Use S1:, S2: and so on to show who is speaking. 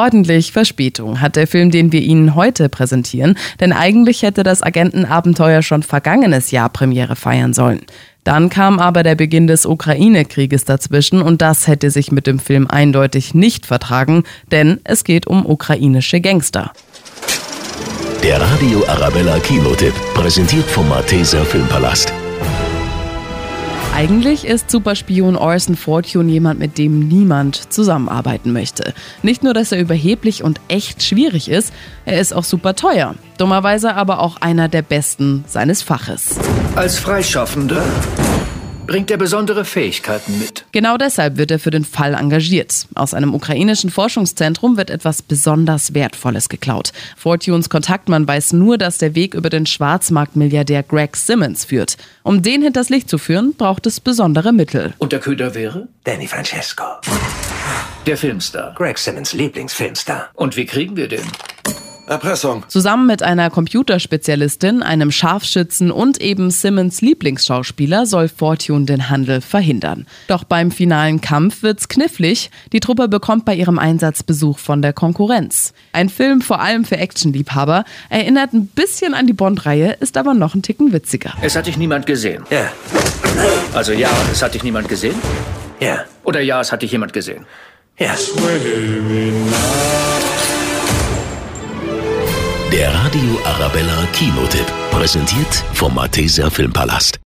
S1: Ordentlich Verspätung hat der Film, den wir Ihnen heute präsentieren, denn eigentlich hätte das Agentenabenteuer schon vergangenes Jahr Premiere feiern sollen. Dann kam aber der Beginn des Ukraine-Krieges dazwischen und das hätte sich mit dem Film eindeutig nicht vertragen, denn es geht um ukrainische Gangster.
S2: Der Radio Arabella Kinotipp, präsentiert vom Malteser Filmpalast.
S1: Eigentlich ist Superspion Orson Fortune jemand, mit dem niemand zusammenarbeiten möchte. Nicht nur, dass er überheblich und echt schwierig ist, er ist auch super teuer. Dummerweise aber auch einer der besten seines Faches.
S3: Als Freischaffender bringt er besondere Fähigkeiten mit.
S1: Genau deshalb wird er für den Fall engagiert. Aus einem ukrainischen Forschungszentrum wird etwas besonders Wertvolles geklaut. Fortunes Kontaktmann weiß nur, dass der Weg über den Schwarzmarktmilliardär Greg Simmons führt. Um den hinters Licht zu führen, braucht es besondere Mittel.
S3: Und der Köder wäre?
S4: Danny Francesco,
S3: Der Filmstar.
S4: Greg Simmons Lieblingsfilmstar.
S3: Und wie kriegen wir den?
S5: Erpressung.
S1: Zusammen mit einer Computerspezialistin, einem Scharfschützen und eben Simmons Lieblingsschauspieler soll Fortune den Handel verhindern. Doch beim finalen Kampf wird's knifflig. Die Truppe bekommt bei ihrem Einsatz Besuch von der Konkurrenz. Ein Film vor allem für Actionliebhaber, erinnert ein bisschen an die Bond-Reihe, ist aber noch ein Ticken witziger.
S3: Es hat dich niemand gesehen.
S4: Ja,
S3: Also ja, es hat dich niemand gesehen.
S4: ja,
S3: Oder ja, es hat dich jemand gesehen.
S4: ja.
S2: Der Radio Arabella Kinotipp, präsentiert vom Malteser Filmpalast.